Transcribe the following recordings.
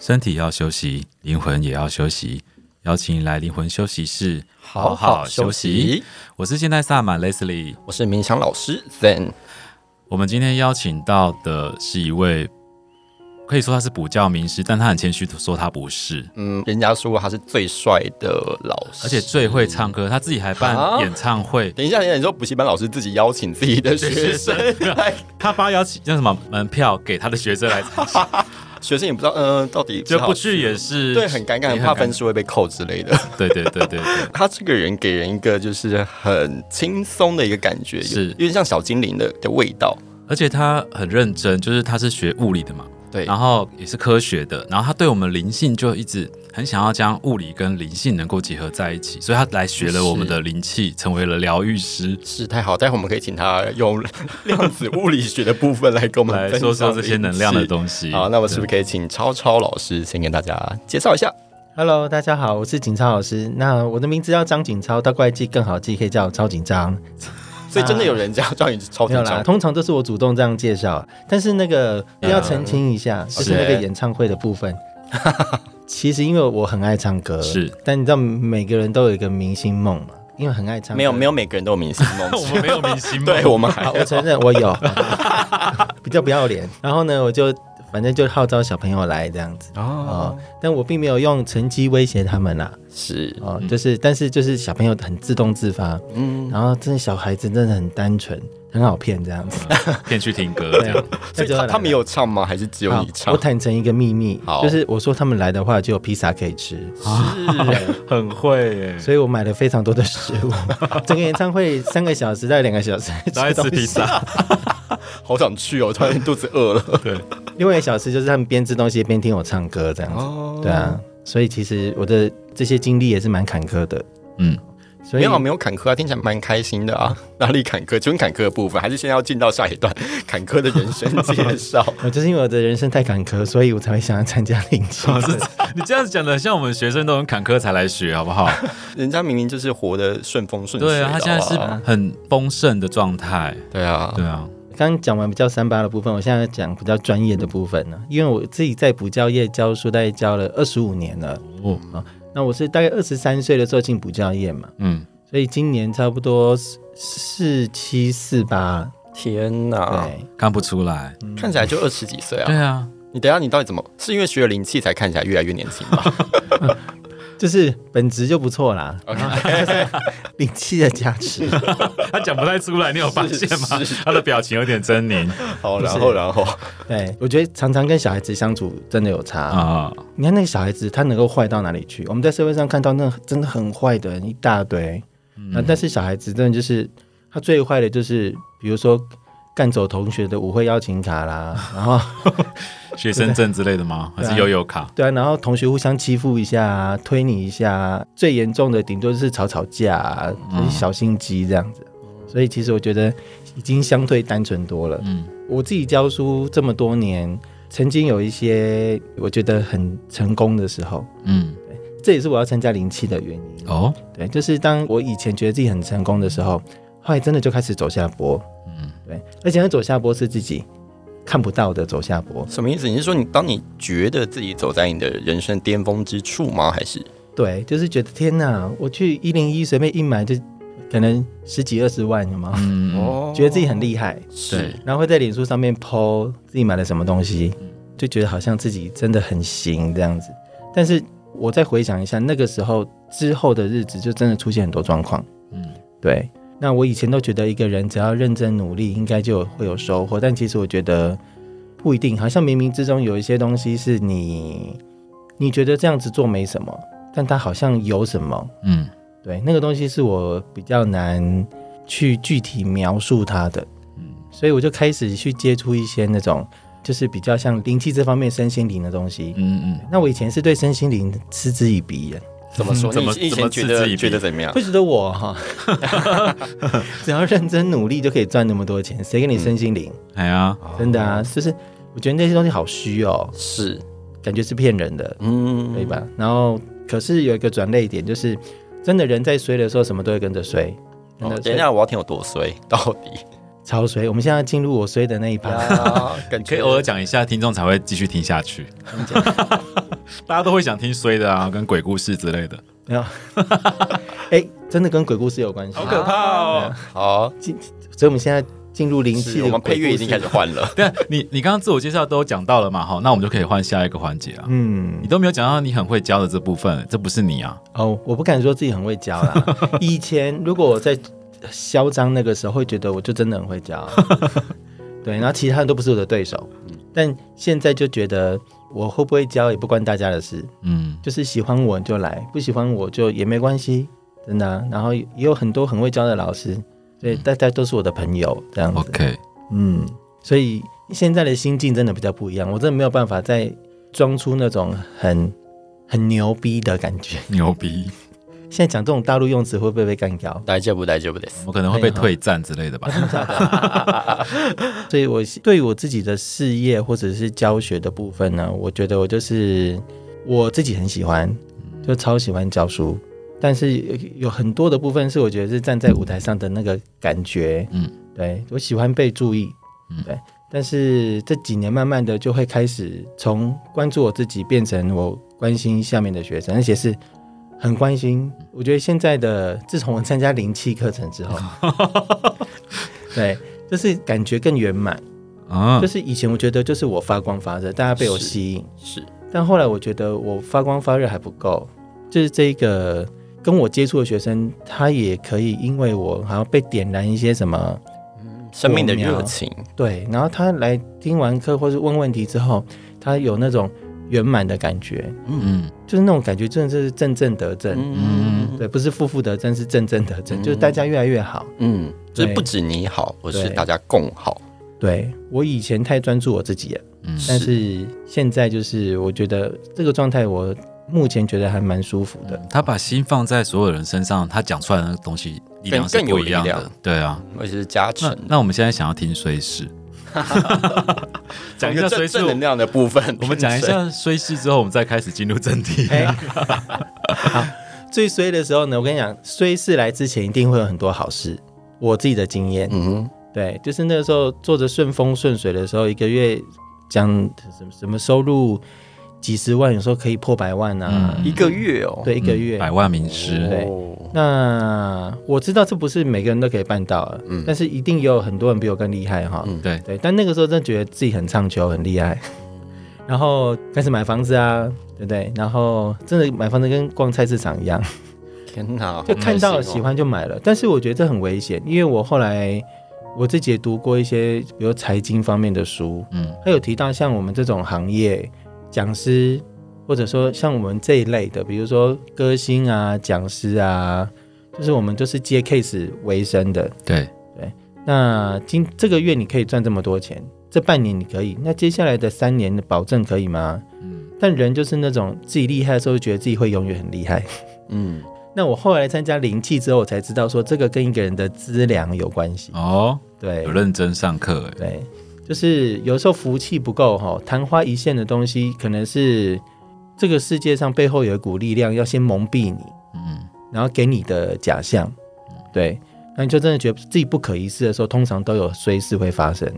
身体要休息，灵魂也要休息。邀请你来灵魂休息室，好好休息。我是现代萨满 Leslie，我是冥想老师 Zen。我们今天邀请到的是一位，可以说他是补教名师，但他很谦虚地说他不是，嗯，人家说他是最帅的老师，而且最会唱歌，他自己还办啊演唱会。等一下，等一下，你说补习班老师自己邀请自己的学生 啊哎来，他发邀请叫什么门票给他的学生来 参加，学生也不知道，嗯、到底就不去去也是对，很尴尬，很也怕分数会被扣之类的。 对对对对对，他这个人给人一个就是很轻松的一个感觉，是有有点像小精灵的的味道。而且他很认真，就是他是学物理的嘛，对然后也是科学的，然后他对我们灵性就一直很想要将物理跟灵性能够结合在一起，所以他来学了我们的灵气，成为了疗愈师。是太好，待会我们可以请他用量子物理学的部分来跟我们来分说说享这些能量的灵东西。气好，那我是不是可以请超超老师先跟大家介绍一下？ Hello，大家好，我是景超老师。那我的名字叫张景超，到怪记更好记，可以叫我超紧张。所以真的有人叫叫你哦超呃没紧有张啦，，通常都是我主动这样介绍，但是那个嗯要澄清一下，就是那个演唱会的 部分。其实因为我很爱唱歌，是，但你知道每个人都有一个明星梦嘛，因为很爱唱歌，没有没有，每个人都有明星 我 梦，们没有明星梦，对我们还 好，我承认我有，比较不要脸。然后呢，我就反正就号召小朋友来这样子哦哦，但我并没有用成绩威胁他们啦。是哦，就是，但是就是小朋友很自动自发，嗯然后真的小孩子真的很单纯，很好骗这样子。 骗去听歌这对样。，所以他他们有唱吗？还是只有好你唱我？坦诚一个秘密好，就是我说他们来的话就有披萨可以吃，是很会耶，所以我买了非常多的食 物。整个演唱会三个小时到两个小时都在吃吃东披西，萨，啊好想去哦，突然肚子饿了。 对，另外一个小时就是他们边吃东西边听我唱歌这样子。哦对啊，所以其实我的这些经历也是蛮坎坷的。嗯，所没以有啊没有坎坷啊，听起来蛮开心的啊。 哪里坎坷？就是坎坷的部分，还是先要进到下一段 坎坷的人生介绍？我就是因为我的人生太坎坷，所以我才会想要参加领袖。哦你这样讲的，像我们学生都很坎坷才来学，好不 好？ 人家明明就是活得顺风顺水对的啊，啊。他现在是很丰盛的状态，对啊，对啊，刚刚讲完比较三八的部分，我现在要讲比较专业的部分呢、因为我自己在补教业教书，大概教了二十五年了。啊哦，那我是大概二十三岁的时候进补教业嘛，嗯，所以今年差不多四四七四八，天对，哪，看不出来，看起来就二十几岁啊对！啊，你等一下，你到底怎么？是因为学了灵气才看起来越来越年轻 吗？就是本质就不错啦， 灵气的加持。他讲不太出来，你有发现吗？他的表情有点狰狞好，然后然后对，我觉得常常跟小孩子相处真的有差。啊，你看那个小孩子，他能够坏到哪里去？我们在社会上看到那真的很坏的人一大堆，那、但是小孩子真的就是他最坏的就是，比如说干走同学的舞会邀请卡啦， 然后学生证之类的吗？还对啊是悠悠卡？对啊，然后同学互相欺负一下啊，推你一下啊，最严重的顶多就是吵吵架、啊，就是小心机这样子。所以其实我觉得已经相对单纯多了。嗯，我自己教书这么多年，曾经有一些我觉得很成功的时候，嗯，这也是我要参加灵气的原因。哦，对，就是当我以前觉得自己很成功的时候，后来真的就开始走下坡。嗯，对，而且那走下坡是自己看不到的走下坡。什么意思？你是说你当你觉得自己走在你的人生巅峰之处吗？还是对，就是觉得天哪，我去一零一随便一买就可能十几二十万，有吗？嗯，嗯哦觉得自己很厉害，嗯对是，然后会在脸书上面 PO 自己买了什么东西，嗯就觉得好像自己真的很行这样子。但是我再回想一下，那个时候之后的日子，就真的出现很多状况。嗯，对，那我以前都觉得一个人只要认真努力，应该就会有收获，但其实我觉得不一定，好像冥冥之中有一些东西是你你觉得这样子做没什么，但它好像有什么。嗯，对，那个东西是我比较难去具体描述它的，嗯所以我就开始去接触一些那种就是比较像灵气这方面身心灵的东西。嗯嗯，那我以前是对身心灵嗤之以鼻的，嗯怎么说？怎么你以怎么前嗤觉之以得鼻觉得怎么样？会觉得我哈， 只要认真努力就可以赚那么多钱，谁给你身心灵？哎呀，嗯真的哦啊，就是我觉得那些东西好虚哦，是，感觉是骗人的，嗯，对吧？然后可是有一个转泪点，就是真的人在衰的时候，什么都会跟着衰。真哦的等一 衰下，我要听有多衰，到底超衰。我们现在进入我衰的那一 趴， 呀，感可觉以偶尔讲一下，听众才会继续听下去。大家都会想听衰的啊，跟鬼故事之类的。没有。 哎、真的跟鬼故事有关系，好可怕哦！好，所以我们现在进入灵气是的我们配乐已鬼经故开事始换了。对啊，你你刚刚自我介绍都讲到了嘛，好，那我们就可以换下一个环节啊。嗯你，都没有讲到你很会教的这部分，这不是你啊？哦，我不敢说自己很会教啦。以前如果我在呃嚣张那个时候，会觉得我就真的很会教。对，然后其他人都不是我的对手。但现在就觉得我会不会教也不关大家的事，嗯，就是喜欢我就来，不喜欢我就也没关系，真的啊、然后也有很多很会教的老师，所以大家都是我的朋友，这样子。 OK，嗯，所以现在的心境真的比较不一样，我真的没有办法再装出那种很很牛逼的感觉。牛逼，现在讲这种大陆用词会不会被干掉？大丈夫，大丈夫です。我可能会被退战之类的 吧。所以我对我自己的事业或者是教学的部分呢，我觉得我就是我自己很喜欢，就超喜欢教书。但是有有很多的部分是我觉得是站在舞台上的那个感觉，嗯嗯，对我喜欢被注意，嗯对。但是这几年慢慢的就会开始从关注我自己变成我关心下面的学生，而且是很关心。我觉得现在的自从我参加灵气课程之后，对，就是感觉更圆满。啊就，是以前我觉得就是我发光发热，大家被我吸引，是但后来我觉得我发光发热还不够，就是这个跟我接触的学生，他也可以因为我好像被点燃一些什么，生命的热情，对，然后他来听完课或是问问题之后，他有那种圆满的感觉，嗯就是那种感觉，真的是正正得正，嗯对，不是负负得正，是正正得正，嗯就是大家越来越好。嗯，就是对不止你好，我是对大家共好。对我以前太专注我自己了。嗯，但是现在就是我觉得这个状态，我目前觉得还蛮舒服的。他把心放在所有人身上，他讲出来的东西力量是更更不有一样力的量。对啊，而且是加成那。那我们现在想要听衰事，讲一下衰正事正，能量的部分，我们讲一下衰事之后，我们再开始进入正 题。 哎，好，最衰的时候呢，我跟你讲，衰事来之前一定会有很多好事。我自己的经验，嗯，对，就是那个时候做着顺风顺水的时候，一个月讲什么什么收入几十万，有时候可以破百万啊，嗯一个月哦，对，一个月。百万名师，对哦，那我知道这不是每个人都可以办到的，啊嗯但是一定有很多人比我更厉害哈。嗯对，对，但那个时候真的觉得自己很唱球，很厉害。然后开始买房子啊，对不对？然后真的买房子跟逛菜市场一样，天哪，就看到好开了心哦喜，欢就买了。但是我觉得这很危险，因为我后来我自己也读过一些，比如财经方面的书，嗯它有提到像我们这种行业讲师，或者说像我们这一类的，比如说歌星啊、讲师啊，就是我们就是接 case 为生的。对，那今这个月你可以赚这么多钱，这半年你可以，那接下来的三年的保证可以吗？嗯但人就是那种自己厉害的时候，觉得自己会永远很厉害。 嗯，那我后来参加灵气之后，我才知道说这个跟一个人的资粮有关系。哦，对有认真上课哎，对，就是有时候福气不够哈，昙花一现的东西，可能是这个世界上背后有一股力量要先蒙蔽你，嗯然后给你的假象。对，那你就真的觉得自己不可一世的时候，通常都有衰事会发生。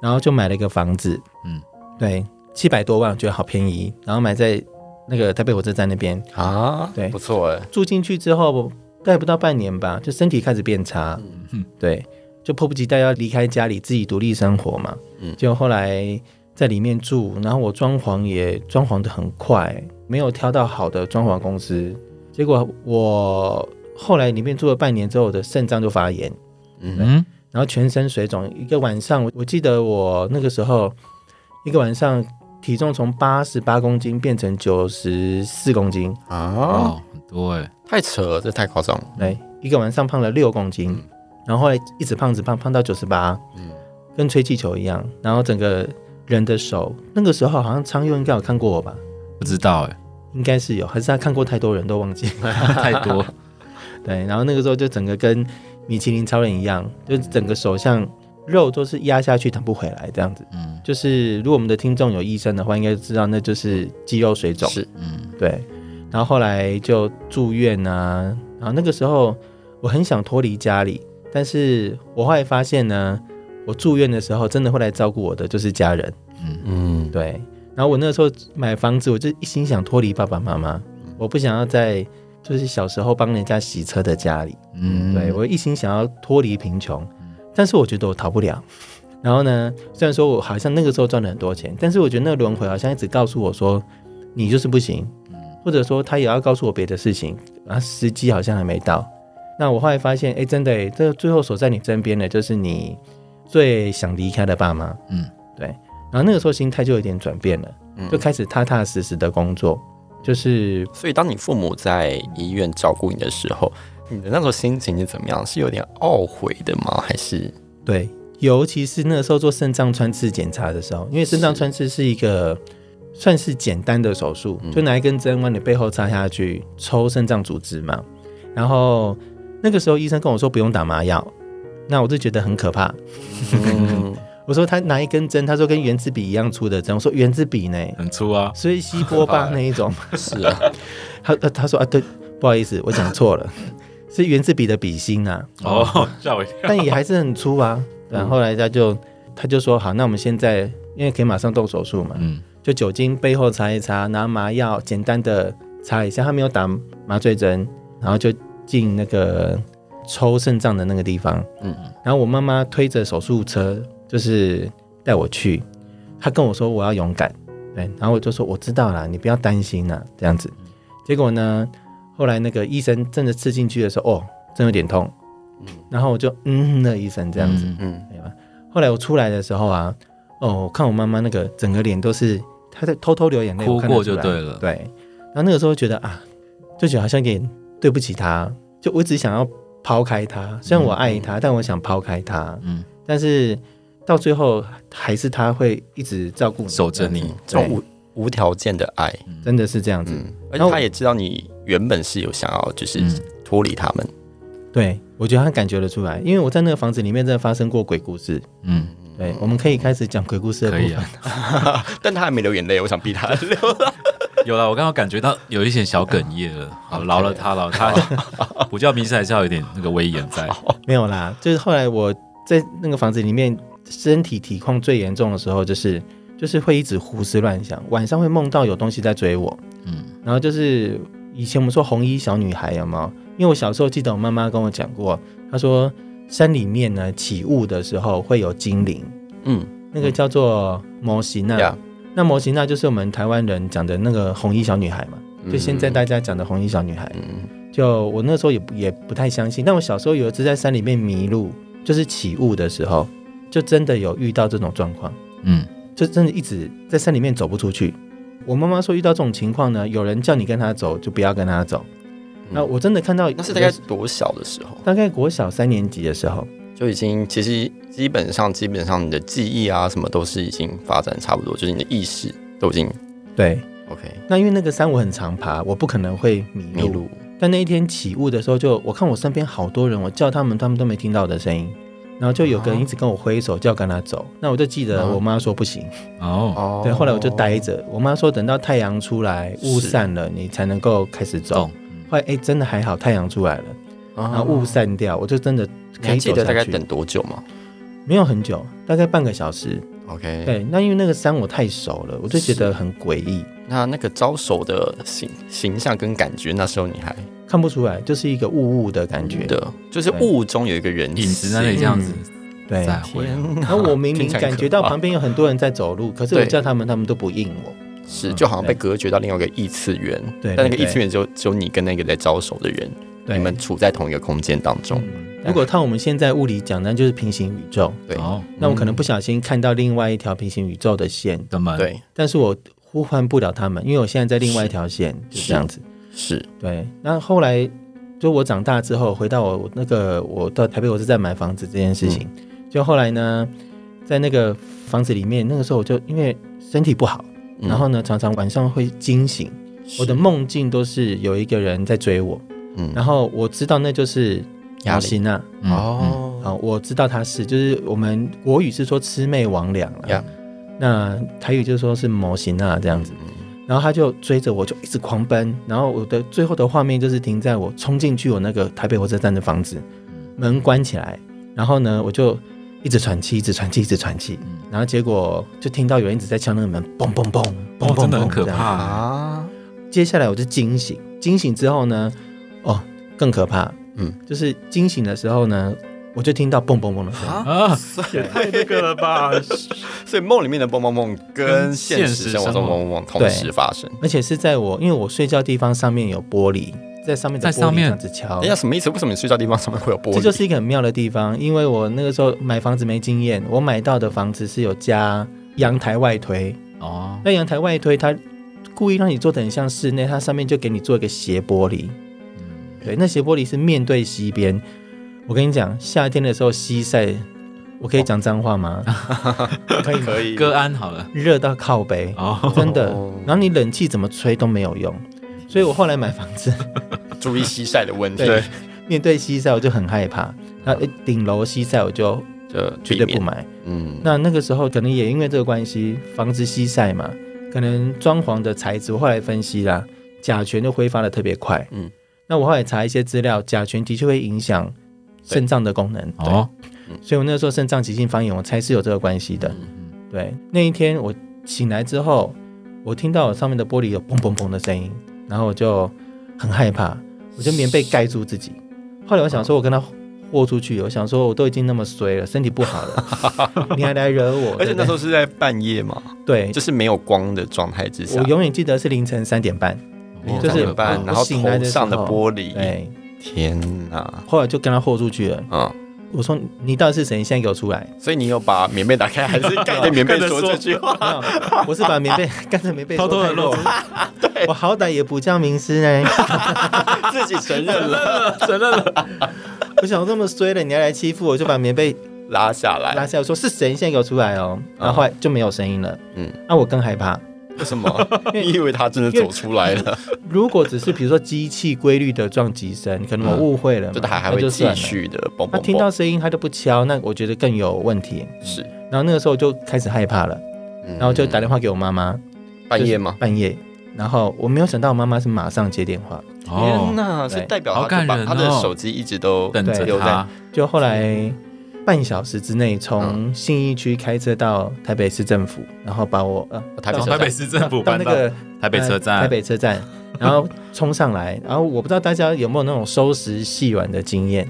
然后就买了一个房子，嗯，对，七百多万，我觉得好便宜。然后买在那个台北火车站那边，啊，对不错哎，住进去之后，待不到半年吧，就身体开始变差，嗯对，就迫不及待要离开家里，自己独立生活嘛。嗯就后来在里面住，然后我装潢也装潢的很快，没有挑到好的装潢公司，结果我后来里面住了半年之后，我的肾脏就发炎，嗯，嗯，然后全身水肿，一个晚上，我我记得我那个时候一个晚上体重从八十八公斤变成九十四公斤，啊，哦，很多哎，太扯了，这太夸张了，对，一个晚上胖了六公斤，嗯然后后来一直胖，一直胖，胖到九十八，嗯跟吹气球一样。然后整个人的手，那个时候好像昌佑应该有看过我吧，不知道哎，应该是有，还是他看过太多人都忘记。 太多，对，然后那个时候就整个跟米其林超人一样，就整个手像肉都是压下去弹不回来这样子。嗯就是如果我们的听众有医生的话，应该知道那就是肌肉水肿。是嗯对，然后后来就住院啊，然后那个时候我很想脱离家里，但是我后来发现呢，我住院的时候，真的会来照顾我的就是家人。嗯，对，然后我那时候买房子，我就一心想脱离爸爸妈妈，我不想要在就是小时候帮人家洗车的家里，嗯对我一心想要脱离贫穷，但是我觉得我逃不了。然后呢，虽然说我好像那个时候赚了很多钱，但是我觉得那个轮回好像一直告诉我说，你就是不行，嗯或者说他也要告诉我别的事情，然后时机好像还没到。那我后来发现，哎，真的诶，这最后守在你身边的就是你最想离开的爸妈。嗯，对。然后那个时候心态就有点转变了，就开始踏踏实实的工作，就是所以当你父母在医院照顾你的时候，你的那时候心情是怎么样？是有点懊悔的吗？还是对，尤其是那时候做肾脏穿刺检查的时候，因为肾脏穿刺是一个算是简单的手术，就拿一根针往你背后插下去抽肾脏组织嘛。然后那个时候医生跟我说不用打麻药，那我就觉得很可怕。嗯，我说他拿一根针，他说跟圆珠笔一样粗的针，我说圆珠笔呢？很粗啊，所以西波霸那一种， 是啊，他呃他说啊对，不好意思，我讲错了，是圆珠笔的笔芯啊。哦，吓我一跳，但也还是很粗啊。然后后来他就他就说好，那我们现在因为可以马上动手术嘛，嗯就酒精背后擦一擦，拿麻药简单的擦一下，他没有打麻醉针，然后就进那个抽肾脏的那个地方。嗯嗯，然后我妈妈推着手术车，就是带我去，她跟我说我要勇敢，对，然后我就说我知道啦，你不要担心啦，这样子。结果呢，后来那个医生真的刺进去的时候，哦，真有点痛。然后我就嗯了一声这样子，嗯嗯，对吧？后来我出来的时候啊，哦，我看我妈妈那个整个脸都是她在偷偷流眼泪，哭我看得过出来就对了对，然后那个时候觉得啊，就觉得好像有点对不起她，就我只想要抛开她，虽然我爱她，但我想抛开她，嗯，但是到最后还是她会一直照顾你，守着你，这种嗯无无条件的爱，真的是这样子。嗯，而然后且他也知道你原本是有想要就是嗯脱离他们，对我觉得她感觉得出来，因为我在那个房子里面真的发生过鬼故事。嗯，对，我们可以开始讲鬼故事的部可以分。啊。但他还没流眼泪，我想逼他流。 有了，我刚刚感觉到有一些小哽咽了，好饶了他，饶了他。补教迷失还是要有点那个威严在。没有啦，就是后来我在那个房子里面，身体体况最严重的时候，就是就是会一直胡思乱想，晚上会梦到有东西在追我，嗯然后就是以前我们说红衣小女孩有没有？因为我小时候记得我妈妈跟我讲过，她说山里面呢起雾的时候会有精灵，嗯，那个叫做摩西娜。呀那摩西娜就是我们台湾人讲的那个红衣小女孩嘛，就现在大家讲的红衣小女孩。嗯就我那时候也不也不太相信，但我小时候有一次在山里面迷路，就是起雾的时候，就真的有遇到这种状况，嗯就真的一直在山里面走不出去。我妈妈说遇到这种情况呢，有人叫你跟她走，就不要跟她走。嗯那我真的看到，那是大概多小的时候？大概国小三年级的时候，就已经其实基本上基本上你的记忆啊什么都是已经发展差不多，就是你的意识都已经对， OK 那因为那个山我很常爬，我不可能会迷路。迷路。但那一天起雾的时候就，我看我身边好多人，我叫他们，他们都没听到我的声音。然后就有个人一直跟我挥手，叫我跟他走。那我就记得我妈说不行，哦，哦对，后来我就呆着。我妈说，等到太阳出来，雾是散了，你才能够开始走懂。。嗯后来哎、真的还好，太阳出来了，然后啊雾散掉，我就真的你可还以记走得大概下去。等多久吗没有很久，大概半个小时。 ？OK，对，那因为那个山我太熟了，我就觉得很诡异，那那个招手的形形象跟感觉，那时候你还看不出来，就是一个雾雾的感觉。的，就是雾中有一个人影子在那里这样子嗯对， 在然回，后啊我明明感觉到旁边边有很多人在走路，可是我对叫他们，他们都不应我。是就好像被隔绝到另外一个异次元，对但那个嗯对异次元只有只有你跟那个在招手的人，对嗯你们处在同一个空间当中，如果套我们现在物理讲，那就是平行宇宙。对哦，那我可嗯能不小心看到另外一条平行宇宙的线，的门，对但是我呼唤不了他们，因为我现在在另外一条线，是就这样子。是对，那后来就我长大之后，回到我那个我到台北，我是在买房子这件事情。嗯就后来呢，在那个房子里面，那个时候我就因为身体不好，嗯然后呢常常晚上会惊醒，我的梦境都是有一个人在追我，嗯然后我知道那就是压雅力西娜。嗯，哦嗯啊，我知道他是，就是我们国语是说魑魅魍魉啊了 Yeah 那台语就说是模型啊这样子。然后他就追着我，就一直狂奔。然后我的最后的画面就是停在嗯我冲进去我那个台北火车站的房子，门关起来，然后呢，我就一直喘气，一直喘气，一直喘气，嗯然后结果就听到有人一直在敲那个门，嘣嘣嘣，嘣哦嘣嘣，真的很可这样怕。啊，接下来我就惊醒，惊醒之后呢，哦，更可怕，嗯嗯，就是惊醒的时候呢，我就听到蹦蹦蹦的声音，啊，也太那个了吧！所以梦里面的蹦蹦蹦跟跟现现实实生活中生的活蹦蹦蹦同时发生。而且是在我因为我睡觉地方上面有玻璃，在上面的在上玻璃这面样子敲哎，呀，什么意思？为什么你睡觉的地方上面会有玻璃？这就是一个很妙的地方。因为我那个时候买房子没经验，我买到的房子是有加阳台外推， 哦，那阳台外推它故意让你做的很像室内，它上面就给你做一个斜玻璃，嗯对，那斜玻璃是面对西边。我跟你讲，夏天的时候西晒，我可以讲脏话吗？啊可以吗？可以歌安好了。热到靠背，哦，真的哦。然后你冷气怎么吹都没有用，所以我后来买房子注意西晒的问题，对面对西晒我就很害怕，那呃顶楼西晒我就这绝对不买。嗯，那那个时候可能也因为这个关系，房子西晒嘛，可能装潢的材质，我后来分析啦，甲醛就挥发的特别快。嗯嗯，那我后来查一些资料，甲醛的确会影响肾脏的功能。对，哦，所以我那时候肾脏急性发炎，我猜是有这个关系的。对，那一天我醒来之后，我听到我上面的玻璃有砰砰砰的声音，然后我就很害怕，我就棉被盖住自己。后来我想说，我跟他豁出去，我想说我都已经那么衰了，身体不好了， 你还来惹我？而且那时候候是在半夜嘛，对就，是没有光的状态之下我，永远记得是凌晨三点半。哦就是怎么办我然后醒来头的时上的候玻璃，对，天哪！后来就跟他豁出去了。嗯，我说你到底是谁？你现在给我出来！所以你有把棉被打开，还是盖着棉被说这句话？没有，我是把棉被 干着棉被偷偷地露说太多我好歹也不叫名师呢。自己承认了，承认了，我想我这么衰了，你还来欺负我，就把棉被拉下来拉。下来，我说是谁？你现在给我出来哦！然后后来就没有声音了。啊嗯嗯，那、我更害怕。为什 么？你以为他真的走出来了？如果只是比如说机器规律的撞击声，可能我误会了嘛，就他还那会就算继了。续的蹦那蹦听到蹦？声音他都不敲，那我觉得更有问题。是，然后那个时候我就开始害怕了，然然后就打电话给我妈妈，嗯半夜吗？半夜。然后我没有想到我妈妈是马上接电话，天哦，哪！对是代表好他感就把人他的哦手机一直都等着留在他，就后来半小时之内嗯从信义区开车到台北市政府，然后把我呃哦台北从哦车台站北市政府到搬那到个台北车呃台站，北车站，然后冲上来，然后我不知道大家有没有那种收拾细软的 经验，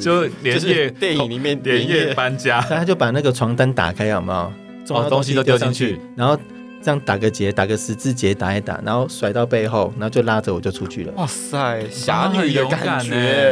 就就连是夜哦电影里面连夜夜搬家，那他就把那个床单打开，有没有？重要的哦东西都丢上进去，然后这样打个结，打个十字结，打一打，然后甩到背后，然后就拉着我就出去了，哇塞，侠女很的勇感敢欸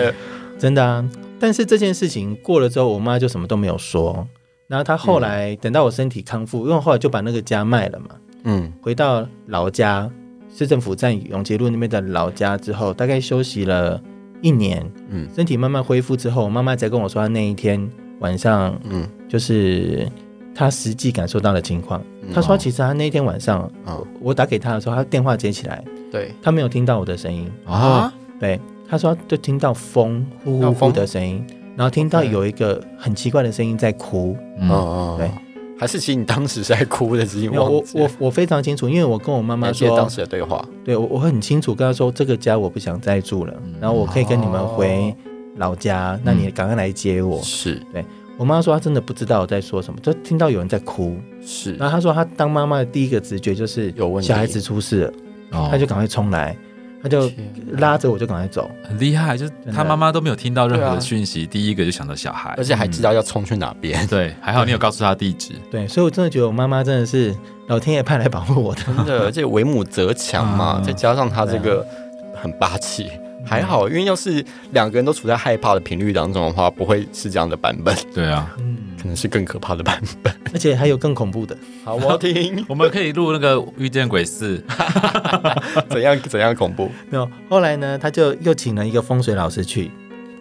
觉，真的啊。但是这件事情过了之后，我妈就什么都没有说。然后她后嗯来等到我身体康复，因为我后来就把那个家卖了嘛，嗯，回到老家市政府站永捷路那边的老家之后，大概休息了一年，嗯嗯，身体慢慢恢复之后，我妈妈才跟我说，她那一天晚上，嗯嗯，就是她实际感受到的情况。她说，其实她那天晚上，嗯哦我打给她的时候，她电话接起来，对她没有听到我的声音，哦啊，对，她说她就听到风呼呼呼的声音，然后听到有一个很奇怪的声音在哭，嗯，哦对，还是其实你当时是在哭的，只是没有，忘我记了我我非常清楚，因为我跟我妈你还妈记得说，当时的对话，对我我很清楚跟他说，这个家我不想再住了，嗯然后我可以跟你们哦回老家，那你赶快来接我。是我妈说她真的不知道我在说什么，就听到有人在哭，是然后她说她当妈妈的第一个直觉就是嗯有问题哦小孩子出事了，她他就赶快冲来，她就拉着我就赶快走，很厉害，就是的他妈妈都没有听到任对何啊的讯息，第一个就想到小孩而，且还知道要冲去哪边，对，还好你有告诉他地址，对，所以我真的觉得我妈妈真的是老天爷派来保护我的，真的，而且为母则强嘛，嗯啊再加上他这个很霸气。还好，因为要是两个人都处在害怕的频率当中的话，不会是这样的版本， 对啊，嗯，可能是更可怕的版 本。而且还有更恐怖的，好，哦我要听我们可以录那个遇见鬼事，怎样 怎样恐怖。没有，后来呢，他就又请了一个风水老师去，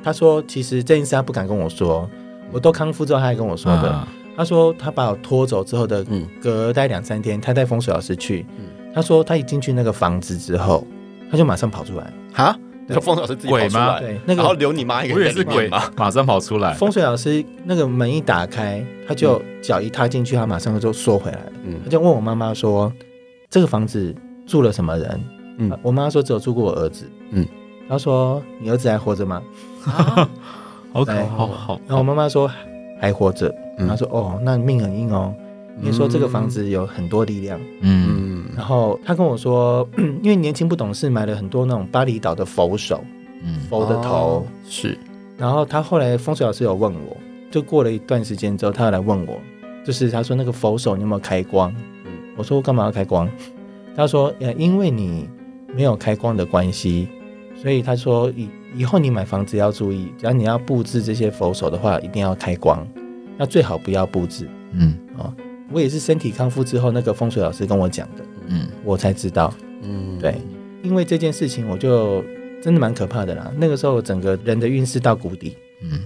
他说其实这件事他不敢跟我说，我都康复之后他还跟我说的。嗯他说他把我拖走之后的嗯隔待两三天，他带风水老师去嗯。他说他一进去那个房子之后，他就马上跑出来。哈，那个风老师自己跑鬼出吗来，对那个然后留你妈一个我也人在是里面鬼吗？，马上跑出哎来，风水老师那个门一打开，他就脚一踏进去，他马上就缩回来了。嗯他就问我妈妈说：“这个房子住了什么人？”嗯我妈说只有住过我儿子。嗯，他说：“你儿子还活着吗好可对好好然后我妈妈说：“还活着。”嗯然后说哦，那命很硬哦。因为说这个房子有很多力量，嗯嗯然后他跟我说， 因为年轻不懂事，买了很多那种巴厘岛的佛手、嗯佛的头，哦是然后他后来风水老师有问我，就过了一段时间之后，他又来问我，就是他说那个佛手你有没有开光？嗯我说我干嘛要开光？他说呃，因为你没有开光的关系，所以他说以以后你买房子要注意，只要你要布置这些佛手的话，一定要开光，那最好不要布置。嗯我也是身体康复之后，那个风水老师跟我讲的，嗯我才知道。嗯对，因为这件事情，我就真的蛮可怕的啦。那个时候，我整个人的运势到谷底，嗯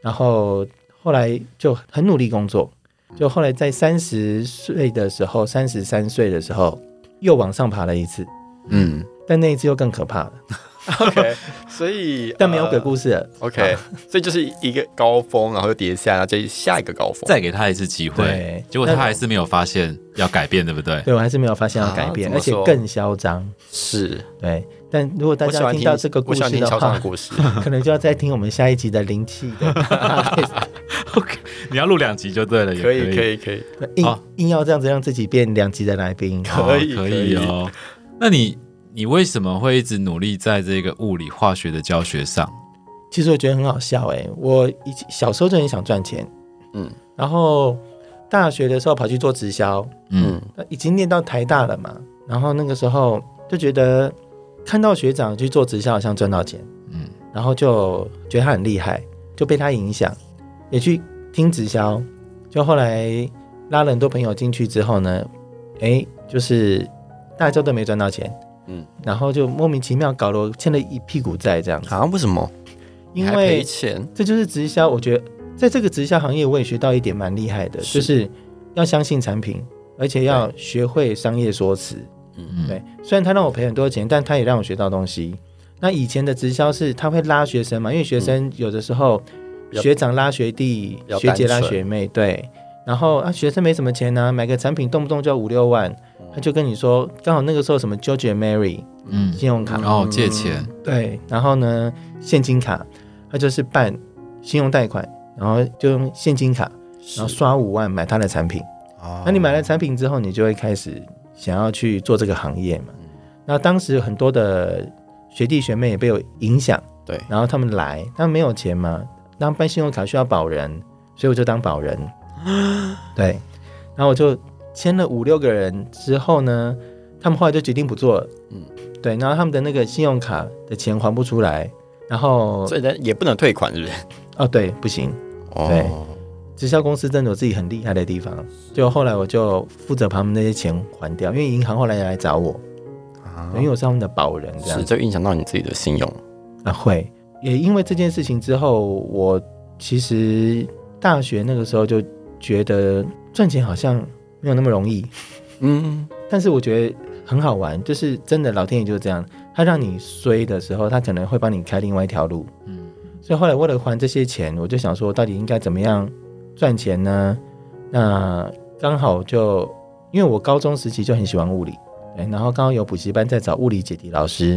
然后后来就很努力工作，就后来在三十岁的时候，三十三岁的时候又往上爬了一次，嗯但那一次又更可怕了， OK，所以 但没有鬼故事。事了。 OK，所以就是一个高峰，然后又跌下，然后再下一个高峰。再给他一次机会对，结果他还是没有发现要改变，对不对？ 对我还是没有发现要改变，啊而怎且么说更嚣张。是，对，但如果大我喜家欢听到这个故我喜欢事听的嚣张的话，故事。 可能就要再听我们下一集的灵气 的你要录两集就对了，也可以以，可以，可以，硬好硬要这样子让自己变两级的来 宾。哦可以可可以以哦。那你你为什么会一直努力在这个物理化学的教学上？其实我觉得很好笑哎、我以前小时候就很想赚钱，嗯然后大学的时候跑去做直销，嗯嗯已经念到台大了嘛，然后那个时候就觉得看到学长去做直销好像赚到钱，嗯然后就觉得他很厉害，就被他影响，也去听直销，就后来拉了很多朋友进去之后呢，哎，就是大家都没赚到钱，嗯，然后就莫名其妙搞了我欠了一屁股债这样子，啊，为什么？因你还为赔钱，这就是直销。我觉得在这个直销行业，我也学到一点蛮厉害的，是就是要相信产品，而且要学会商业说辞。嗯，对，虽然他让我赔很多钱，但他也让我学到东西。那以前的直销是他会拉学生嘛，因为学生有的时候、比较学长拉学弟比较，学姐单拉纯学妹，对。然后啊，学生没什么钱呢、买个产品动不动就要五六万，嗯他就跟你说，刚好那个时候什么 George and Mary 嗯，信用卡，哦然后借钱，对，然后呢，现金卡，他就是办信用贷款，然后就用现金卡，然后刷五万买他的产品。啊那你买了产品之后，你就会开始想要去做这个行业嘛？那当时很多的学弟学妹也被我影响，对，然后他们来，他们没有钱嘛，那办信用卡需要保人，所以我就当保人。对，然后我就签了五六个人之后呢，他们后来就决定不做了。嗯嗯，对，然后他们的那个信用卡的钱还不出来，然后所以呢也不能退款，是不是？哦对，不行，哦对，直销公司真的有自己很厉害的地方。就后来我就负责把他们那些钱还掉，因为银行后来也来找我，啊因为我是他们的保人这样是。就影响到你自己的信用。啊，会也因为这件事情之后，我其实大学那个时候就觉得赚钱好像没有那么容易，嗯，但是我觉得很好玩，就是真的老天爷就是这样，他让你衰的时候，他可能会帮你开另外一条路。嗯所以后来为了还这些钱，我就想说，到底应该怎么样赚钱呢？那刚好就因为我高中时期就很喜欢物理，对，然后刚好有补习班在找物理解题老师，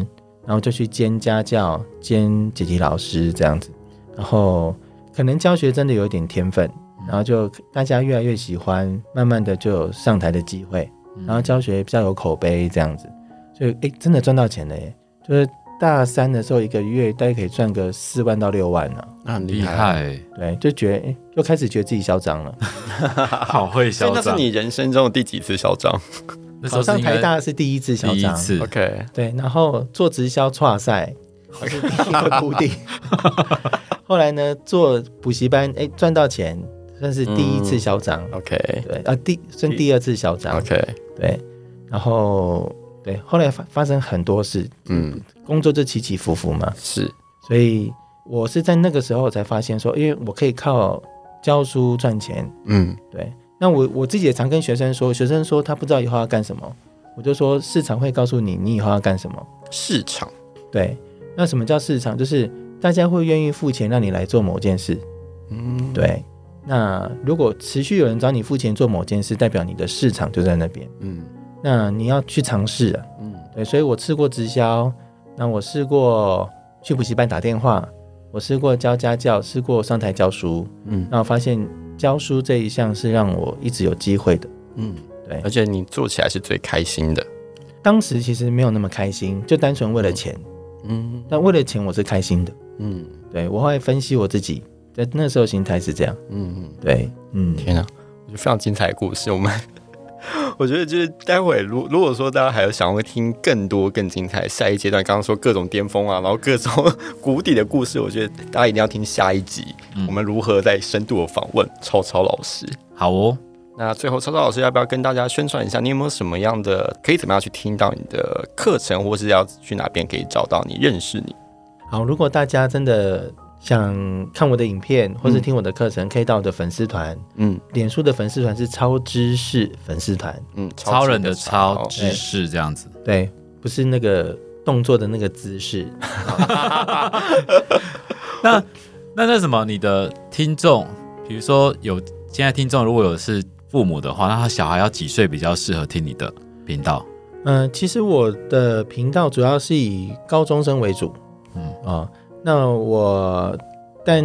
然后就去兼家教、兼解题老师这样子，然后可能教学真的有一点天分，然后就大家越来越喜欢，慢慢的就有上台的机会，然后教学比较有口碑这样子，所以诶真的赚到钱了耶，就是大三的时候一个月大概可以赚个四万到六万呢、啊那很厉害，欸，对，就觉得诶就开始觉得自己嚣张了， 好会所以嚣那是张。你人生中的第几次嚣张那时考候是上应台该大是第一次嚣第一张，次， ？OK，对，然后做直销跨赛，这是第一个固 定。后来呢，做补习班，哎，赚到钱，算是第一次嚣张。嗯 OK 对啊，第算第二次嚣张。 OK，对，然后对，后来发发生很多事，嗯，工作就起起伏伏嘛，是所以我是在那个时候才发现说，因为我可以靠教书赚钱。嗯对，那我我自己也常跟学生说，学生说他不知道以后要干什么，我就说市场会告诉你你以后要干什么。市场对，那什么叫市场？就是大家会愿意付钱让你来做某件事。嗯对，那如果持续有人找你付钱做某件事，代表你的市场就在那边。嗯那你要去尝试啊。嗯对，所以我试过直销，那我试过去补习班打电话，我试过教家教，试过上台教书。嗯那我发现教书这一项是让我一直有机会的。嗯，对而且你做起来是最开心的，当时其实没有那么开心，就单纯为了钱。嗯但为了钱，我是开心的。嗯对我会分析我自己，在那时候心态是这样。嗯嗯，对，嗯，天啊，我觉得非常精彩的故事，我们。 我觉得就是待会，如如果说大家还有想要听更多更精彩，下一阶段刚刚说各种巅峰啊，然后各种 谷底的故事，我觉得大家一定要听下一集，嗯我们如何在深度的访问超超老师。好哦，那最后，超超老师要不要跟大家宣传一下？你有没有什么样的可以怎么样去听到你的课程，或是要去哪边可以找到你、认识你？好，如果大家真的想看我的影片或是听我的课程，可以到我的粉丝团，嗯脸书的粉丝团是超知识粉丝团，嗯，超人的超 超知识这样子，对，不是那个动作的那个姿势。 那那那什么，你的听众，比如说有现在听众如果有是父母的话，那他小孩要几岁比较适合听你的频道？嗯、其实我的频道主要是以高中生为主，嗯嗯啊、那我但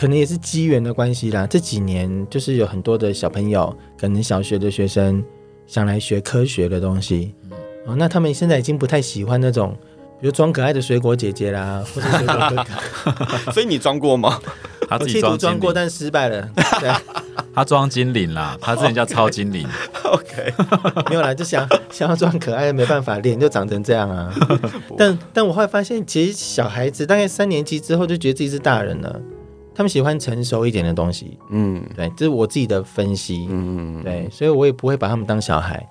可能也是机缘的关系啦，这几年就是有很多的小朋友，可能小学的学生想来学科学的东西，嗯哦，那他们现在已经不太喜欢那种。比如装可爱的水果姐姐啦，或者水果哥哥，所以你装过吗？ 他我自企己图装装精过，灵，但失败了。 对，他装精灵啦，他之前叫超精灵。 没有啦，就想想要装可爱，没办法，脸就长成这样 啊。但但我后来发现，其实小孩子大概三年级之后就觉得自己是大人了，他们喜欢成熟一点的东西。嗯对，这是我自己的分析。嗯，对，所以我也不会把他们当小孩，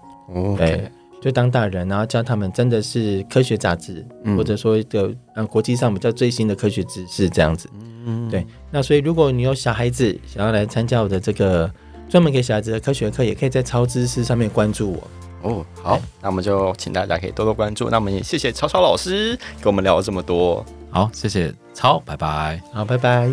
对，OK，就当大人，然后教他们真的是科学杂志，嗯或者说一个嗯国际上比较最新的科学知识这样子。嗯对，那所以如果你有小孩子想要来参加我的这个专门给小孩子的科学课，也可以在超知识上面关注我。哦，好，那我们就请大家可以多多关注。那我们也谢谢超超老师跟我们聊了这么多。好，谢谢超，拜拜。好，拜拜。